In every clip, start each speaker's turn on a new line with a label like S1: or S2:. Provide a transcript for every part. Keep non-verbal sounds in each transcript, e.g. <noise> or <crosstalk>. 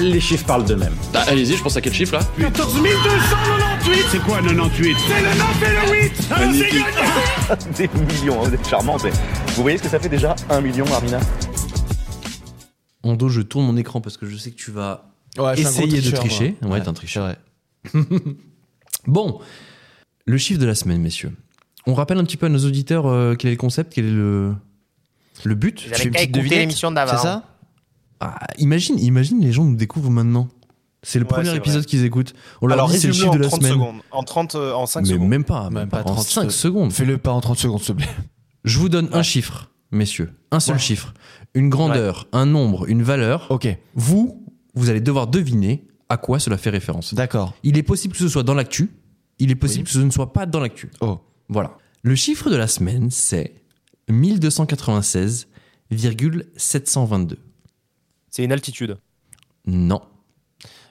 S1: les chiffres parlent d'eux-mêmes.
S2: Bah, allez-y, je pense à quel chiffre là
S3: 14 298
S4: C'est quoi 98
S3: C'est le 9 et le 8 Alors c'est
S1: Magnifique.
S3: gagné
S1: <laughs> Des millions, hein, vous êtes charmants. mais Vous voyez ce que ça fait déjà Un million, Armina
S5: Ando, je tourne mon écran parce que je sais que tu vas
S6: Ouais, je suis Ah, un gros
S5: essayer de
S6: tricheur,
S5: tricher.
S6: moi.
S5: Ouais, t'es un tricheur. <laughs> bon, le chiffre de la semaine, messieurs. On rappelle un petit peu à nos auditeurs euh, quel est le concept, quel est le, le but.
S7: Vous
S6: Tu fais
S7: avez
S6: une
S7: qu'à
S6: petite
S7: écouter
S6: devinette,
S7: l'émission d'avant.
S6: C'est ça
S5: Ah, imagine, imagine, les gens nous découvrent maintenant. C'est le
S8: Ouais,
S5: premier
S8: c'est
S5: épisode qu'ils écoutent. On leur
S8: Alors,
S5: dit c'est le
S8: résume-le
S5: chiffre
S8: en
S5: de la
S8: 30
S5: semaine.
S8: secondes. En 30, euh, en 5
S5: Mais
S8: secondes.
S5: même pas,
S6: Même
S5: même
S6: pas
S5: pas, en
S6: 30
S5: 5
S6: secondes.
S5: secondes.
S6: Fais-le pas en 30 secondes, s'il te plaît.
S5: Je vous donne un chiffre, messieurs. Un seul chiffre. Une grandeur, un nombre, une valeur.
S6: Ok,
S5: Vous, vous allez devoir deviner à quoi cela fait référence.
S6: d'accord.
S5: Il est possible que ce soit dans l'actu. Il est possible
S6: Oui.
S5: que ce ne soit pas dans l'actu.
S6: Oh.
S5: Voilà. Le chiffre de la semaine, c'est 1296,722.
S8: C'est une altitude.
S5: Non,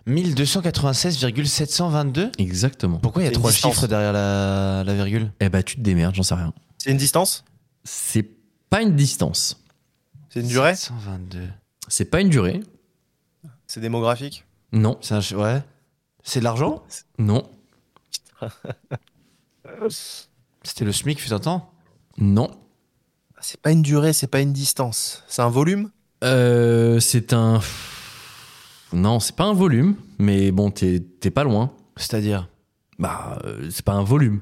S6: 1296,722
S5: exactement.
S6: Pourquoi il y a
S8: C'est
S6: trois
S8: une distance.
S6: chiffres derrière la, la virgule
S5: Eh bah, tu te démerdes, j'en sais rien.
S8: C'est une distance
S5: C'est pas une distance.
S8: C'est une durée
S6: 722.
S5: C'est pas une durée.
S8: C'est démographique
S5: Non,
S6: C'est un chi- Ouais. C'est de l'argent
S5: non,
S6: C'était le SMIC, fut un temps
S5: non.
S8: Ah, C'est pas une durée, c'est pas une distance. C'est un volume
S5: Euh, c'est un. Non, c'est pas un volume, mais bon, t'es t'es pas loin.
S6: C'est-à-dire
S5: Bah, euh, c'est pas un volume.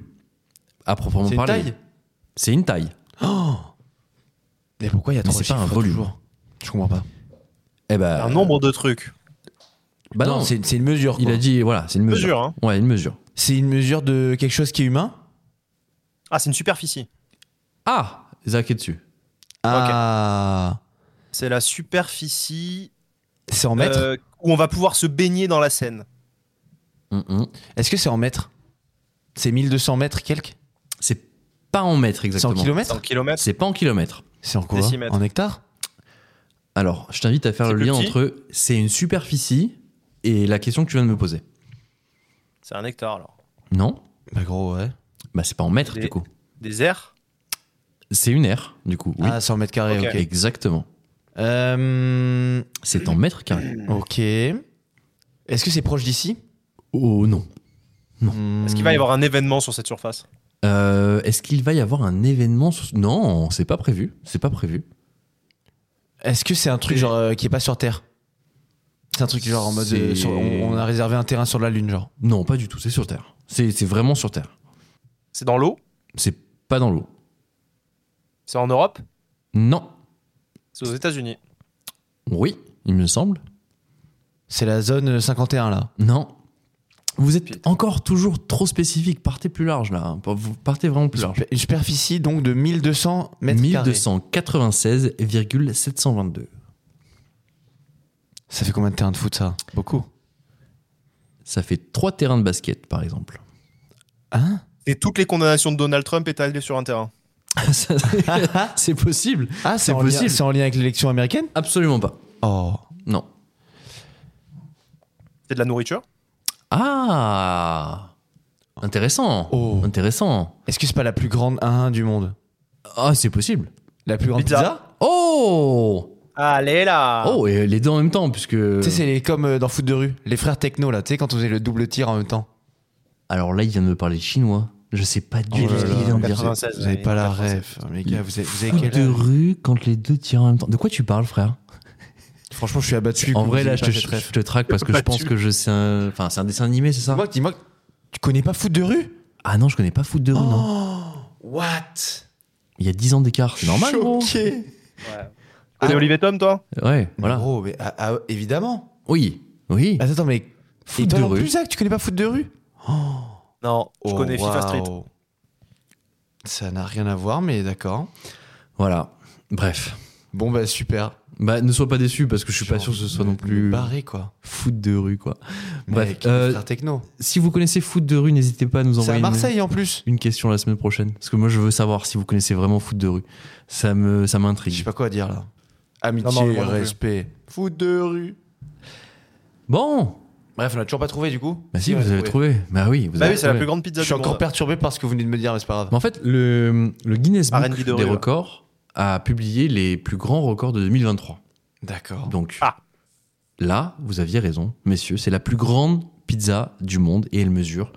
S5: À proprement
S6: C'est une
S5: parler.
S6: taille
S5: C'est une taille.
S6: Oh Mais pourquoi il y a
S5: Mais
S6: trois
S5: c'est pas un
S6: chiffres
S5: volume.
S6: toujours Je comprends pas.
S5: Eh ben.
S8: Un nombre de trucs.
S5: Bah non,
S6: c'est c'est une mesure.
S5: il
S6: quoi.
S5: a dit, voilà, c'est une mesure.
S8: Mesure, hein.
S5: Ouais, une mesure.
S6: C'est une mesure de quelque chose qui est humain
S8: Ah, c'est une superficie.
S5: Ah Zach est dessus.
S6: Ah
S8: C'est la superficie
S6: C'est en mètres
S8: euh, où on va pouvoir se baigner dans la Seine.
S5: Hum, hum.
S6: Est-ce que c'est en mètres C'est 1200 mètres quelques
S5: C'est pas en mètres
S6: 100
S5: exactement.
S8: C'est en
S6: kilomètres
S8: kilomètres
S5: C'est pas en kilomètres.
S6: C'est en quoi
S8: Décimètres.
S6: En hectares
S5: Alors, je t'invite à faire
S8: C'est
S5: le
S8: plus
S5: lien
S8: petit
S5: entre c'est une superficie et la question que tu viens de me poser.
S8: C'est un hectare alors.
S5: Non
S6: Bah gros, ouais.
S5: Bah, c'est pas en mètres
S8: Des-
S5: du coup.
S8: Des airs
S5: C'est une aire du coup. Oui.
S6: Ah, 100 mètres carrés,
S8: Ok.
S6: ok.
S5: Exactement.
S6: Euh,
S5: C'est en mètres carrés.
S6: ok. Est-ce que c'est proche d'ici Hmm.
S5: Oh non.
S8: Est-ce qu'il va y avoir un événement sur cette surface
S5: Euh, Est-ce qu'il va y avoir un événement sur- Non, c'est pas prévu. C'est pas prévu.
S6: Est-ce que c'est un truc genre euh, qui est pas sur Terre C'est un truc genre en mode
S5: C'est-
S6: euh, sur- on, on a réservé un terrain sur la Lune, genre.
S5: Non, pas du tout. C'est sur Terre. C'est c'est vraiment sur Terre.
S8: C'est dans l'eau
S5: C'est pas dans l'eau.
S8: C'est en Europe
S5: Non.
S8: C'est aux États-Unis.
S5: Oui, il me semble.
S6: C'est la zone euh, 51 là.
S5: Non. Vous êtes encore toujours trop spécifique. Partez plus large là. hein. Vous partez vraiment plus large.
S6: Une superficie donc de 1200 mètres carrés.
S5: 1296,722.
S6: Ça fait combien de terrains de foot ça Beaucoup.
S5: Ça fait trois terrains de basket, par exemple. <laughs>
S6: Hein
S8: Et toutes les condamnations de Donald Trump étalées sur un terrain.
S5: Ça, c'est- c'est possible
S6: Ah,
S5: C'est
S6: c'est en lien-
S5: possible.
S6: C'est en lien avec l'élection américaine
S5: Absolument pas.
S6: Oh.
S5: Non.
S8: C'est de la nourriture
S5: Ah Intéressant.
S6: Oh.
S5: Intéressant.
S6: Est-ce que c'est pas la plus grande 1 du monde
S5: Ah, c'est possible.
S6: La plus grande
S8: Pizza.
S6: pizza,
S5: Oh
S8: Allez là
S5: Oh, et les deux en même temps, puisque.
S6: Tu sais, Ah. c'est les- comme euh, dans foot de rue, les frères techno là, tu sais, quand on faisait le double tir en même temps.
S5: Alors là, il vient de me parler chinois. Je sais pas du
S6: Oh
S5: tout
S6: là
S5: ce qu'il
S6: là.
S5: vient de dire.
S8: 96,
S6: Vous avez
S8: oui,
S6: pas la
S8: 96.
S6: ref, hein, les gars, vous avez, vous avez
S5: Foot
S6: quelle
S5: de
S6: heure
S5: rue quand les deux tirent en même temps. De quoi tu parles, frère
S6: Franchement, je suis abattu. que
S5: En
S6: vous
S5: vrai, là,
S6: ayez pas
S5: je te,
S6: cette ref.
S5: je te traque parce que je pense que je sais un... Enfin, c'est un dessin animé, c'est ça
S6: Dis-moi, dis-moi, que tu connais pas foot de rue Oh,
S5: Ah non, je connais pas Foot de rue, non.
S6: What
S5: Il y a 10 ans d'écart, c'est normal, gros.
S6: Choqué.
S8: Tu connais Olivier Tom, toi
S5: Ouais,
S6: Voilà.
S5: voilà.
S6: Gros, Bah- mais ah, ah, évidemment.
S5: Oui, oui.
S6: Attends, attends, mais
S5: Foot
S6: et toi
S5: de
S6: non
S5: rue.
S6: plus, Zach, tu connais pas foot de rue
S8: Non, je
S6: Oh,
S8: connais FIFA
S6: waouh.
S8: Street.
S6: Ça n'a rien à voir, mais d'accord.
S5: Voilà. Bref.
S6: Bon bah super.
S5: Bah, ne sois pas déçu parce que je suis pas sûr
S6: Genre,
S5: que ce soit
S6: me-
S5: non plus
S6: me Barré quoi.
S5: Foot de rue, quoi. Bref,
S6: Mec,
S5: euh,
S6: frère techno.
S5: Si vous connaissez Foot de rue, n'hésitez pas à nous
S6: C'est
S5: envoyer
S6: à
S5: une-
S6: Marseille en plus.
S5: une, question la semaine prochaine. Parce que moi, je veux savoir si vous connaissez vraiment Foot de rue. Ça me, ça
S6: Je sais
S5: m'intrigue.
S6: pas quoi dire là.
S8: Non, non,
S6: Amitié,
S8: moi non plus.
S6: respect. Foot de rue.
S5: Bon.
S6: Bref, on a toujours pas trouvé du coup.
S5: Bah si,
S6: on
S5: vous
S6: a
S5: avez trouvé. Bah oui, vous
S8: Bah
S5: avez
S8: oui, c'est la
S5: trouvé.
S8: plus grande pizza
S6: Je
S8: du
S6: suis
S8: monde.
S6: encore perturbé par ce que vous venez de me dire, mais c'est pas grave.
S5: Mais en fait, le, le Guinness Book
S8: R&B de
S5: des
S8: rue, là.
S5: records a publié les plus grands records de 2023.
S6: D'accord.
S5: Donc,
S8: Ah.
S5: Là, vous aviez raison, messieurs, c'est la plus grande pizza du monde et elle mesure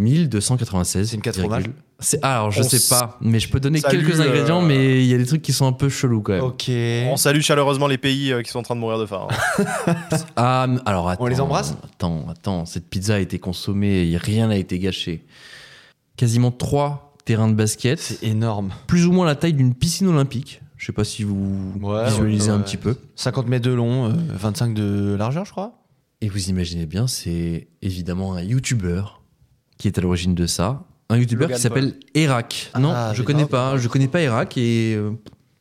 S5: 1296.
S6: C'est une quatre fromages
S5: C'est ah, alors je
S8: On
S5: sais
S8: s-
S5: pas, mais je peux donner
S8: Salut,
S5: quelques
S8: euh,
S5: ingrédients, mais il y a des trucs qui sont un peu chelous quand même.
S6: Ok.
S8: On salue chaleureusement les pays euh, qui sont en train de mourir de faim. <laughs> hein.
S5: <laughs> Ah, mais- alors attends.
S6: On les embrasse
S5: Attends, attends, cette pizza a été consommée, et rien n'a été gâché. Quasiment trois terrains de basket,
S6: C'est énorme.
S5: plus ou moins la taille d'une piscine olympique. Je sais pas si vous
S6: Ouais,
S5: visualisez
S6: ouais,
S5: un
S6: ouais.
S5: petit peu.
S6: 50 mètres de long, euh, 25 de largeur, je crois.
S5: Et vous imaginez bien, c'est évidemment un YouTuber qui est à l'origine de ça. Un YouTuber
S1: Logan
S5: qui s'appelle Erac. non,
S6: Ah,
S5: je
S6: mais
S5: connais
S6: hop.
S5: pas. Je connais pas Erac et euh,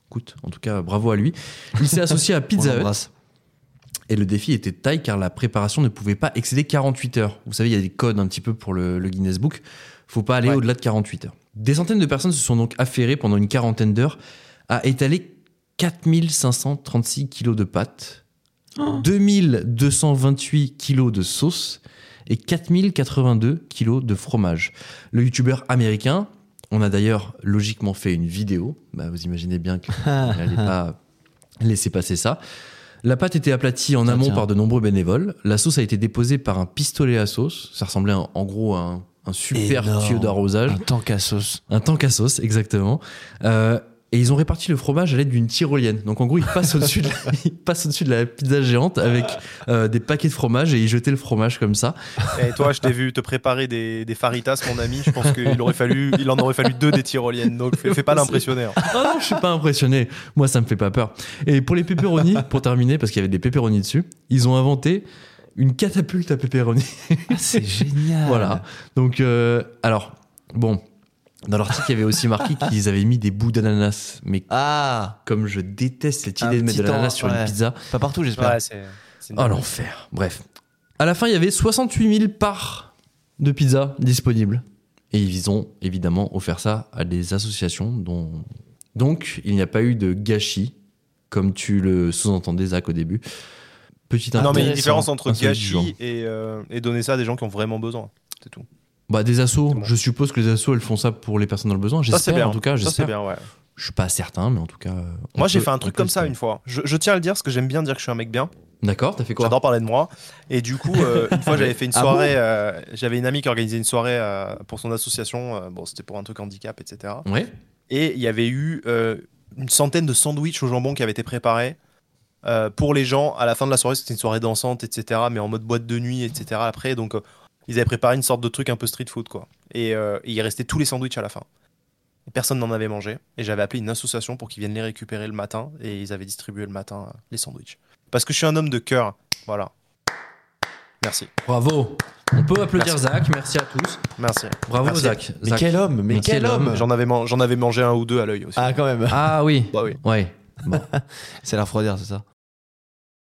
S5: écoute, en tout cas, bravo à lui. Il s'est associé
S6: <laughs>
S5: à
S6: On
S5: Pizza Hut
S6: l'embrasse.
S5: et le défi était de taille car la préparation ne pouvait pas excéder 48 heures. Vous savez, il y a des codes un petit peu pour le, le Guinness Book. Faut pas aller
S8: Ouais.
S5: au-delà de 48 heures. Des centaines de personnes se sont donc affairées pendant une quarantaine d'heures à étaler 4536 kilos de pâtes, 2228 kilos de sauce et 4082 kilos de fromage. Le youtubeur américain, on a d'ailleurs logiquement fait une vidéo. Bah, vous imaginez bien que <laughs> n'allait pas laisser passer ça. La pâte était aplatie en
S6: Tiens,
S5: amont
S6: tiens.
S5: par de nombreux bénévoles. La sauce a été déposée par un pistolet à sauce. Ça ressemblait en en gros à un, un super
S6: Énorme.
S5: tuyau d'arrosage.
S6: Un tank à sauce.
S5: Un tank à sauce, exactement. Euh, et ils ont réparti le fromage à l'aide d'une tyrolienne. Donc en gros, ils passent au-dessus
S6: <laughs>
S5: de, la- ils passent au-dessus de la pizza géante avec euh, des paquets de fromage et ils jetaient le fromage comme ça.
S8: Et toi, je t'ai vu te préparer des, des faritas, mon ami. Je pense qu'il aurait fallu, il en aurait fallu deux des tyroliennes. Donc, fais, fais pas hein. l'impressionnaire.
S5: Oh non, je suis pas impressionné. Moi, ça me fait pas peur. Et pour les pépéronis, pour terminer, parce qu'il y avait des pépéronis dessus, ils ont inventé une catapulte à pépéronis.
S6: Ah, C'est génial.
S5: Voilà. Donc, euh, alors, bon, dans l'article, il y avait aussi marqué qu'ils avaient mis des bouts d'ananas. Mais
S6: Ah,
S5: comme je déteste cette
S6: Un
S5: idée de mettre de
S6: petit
S5: l'ananas
S6: temps,
S5: sur
S6: ouais.
S5: une pizza,
S6: pas partout, j'espère.
S8: c'est. c'est une-
S5: oh l'enfer. Bref. À la fin, il y avait 68 000 parts de pizza disponibles. Et ils ont évidemment offert ça à des associations dont. Donc, il n'y a pas eu de gâchis, comme tu le sous-entendais, Zach, au début. Petite
S8: non, mais il y a une
S5: intéressante-
S8: différence entre
S5: insolite du genre.
S8: gâchis et, euh, et donner ça à des gens qui ont vraiment besoin. C'est tout.
S5: Bah, des assos,
S8: bon.
S5: je suppose que les assos, elles font ça pour les personnes dans le besoin.
S8: Ça, c'est
S5: J'espère,
S8: bien.
S5: en tout cas,
S8: Ça, c'est
S5: j'espère.
S8: bien, ouais.
S5: Je suis pas certain, mais en tout cas. euh, on
S8: Moi, j'ai
S5: peut-
S8: fait un
S5: on
S8: truc
S5: peut
S8: comme ça
S5: espérer.
S8: une fois. Je, je tiens à le dire parce que j'aime bien dire que je suis un mec bien.
S5: D'accord, t'as fait quoi
S8: J'adore parler de moi. Et du coup, euh, une fois, j'avais fait une
S6: Ah
S8: soirée. euh, j'avais une amie qui organisait une soirée euh, pour son association. euh, bon, c'était pour un truc handicap, etc.
S5: Ouais.
S8: Et il y avait eu euh, une centaine de sandwichs au jambon qui avaient été préparés euh, pour les gens à la fin de la soirée. C'était une soirée dansante, etc. Mais en mode boîte de nuit, etc. Après, donc, euh, ils avaient préparé une sorte de truc un peu street food, quoi. Et, euh, et il restait tous les sandwichs à la fin. Personne n'en avait mangé. Et j'avais appelé une association pour qu'ils viennent les récupérer le matin. Et ils avaient distribué le matin euh, les sandwichs. Parce que je suis un homme de cœur. Voilà. Merci.
S5: Bravo. On peut applaudir Zach, merci à tous.
S8: Merci.
S5: Bravo,
S8: Merci.
S5: Zach.
S6: Mais
S5: Zach.
S6: quel homme, mais
S5: Mais
S6: quel
S5: quel
S6: homme.
S5: homme.
S8: J'en avais, man- j'en avais mangé un ou deux à l'œil aussi.
S6: Ah, quand même.
S5: Ah oui.
S8: Bah oui.
S5: Ouais.
S6: C'est la froideur, c'est ça.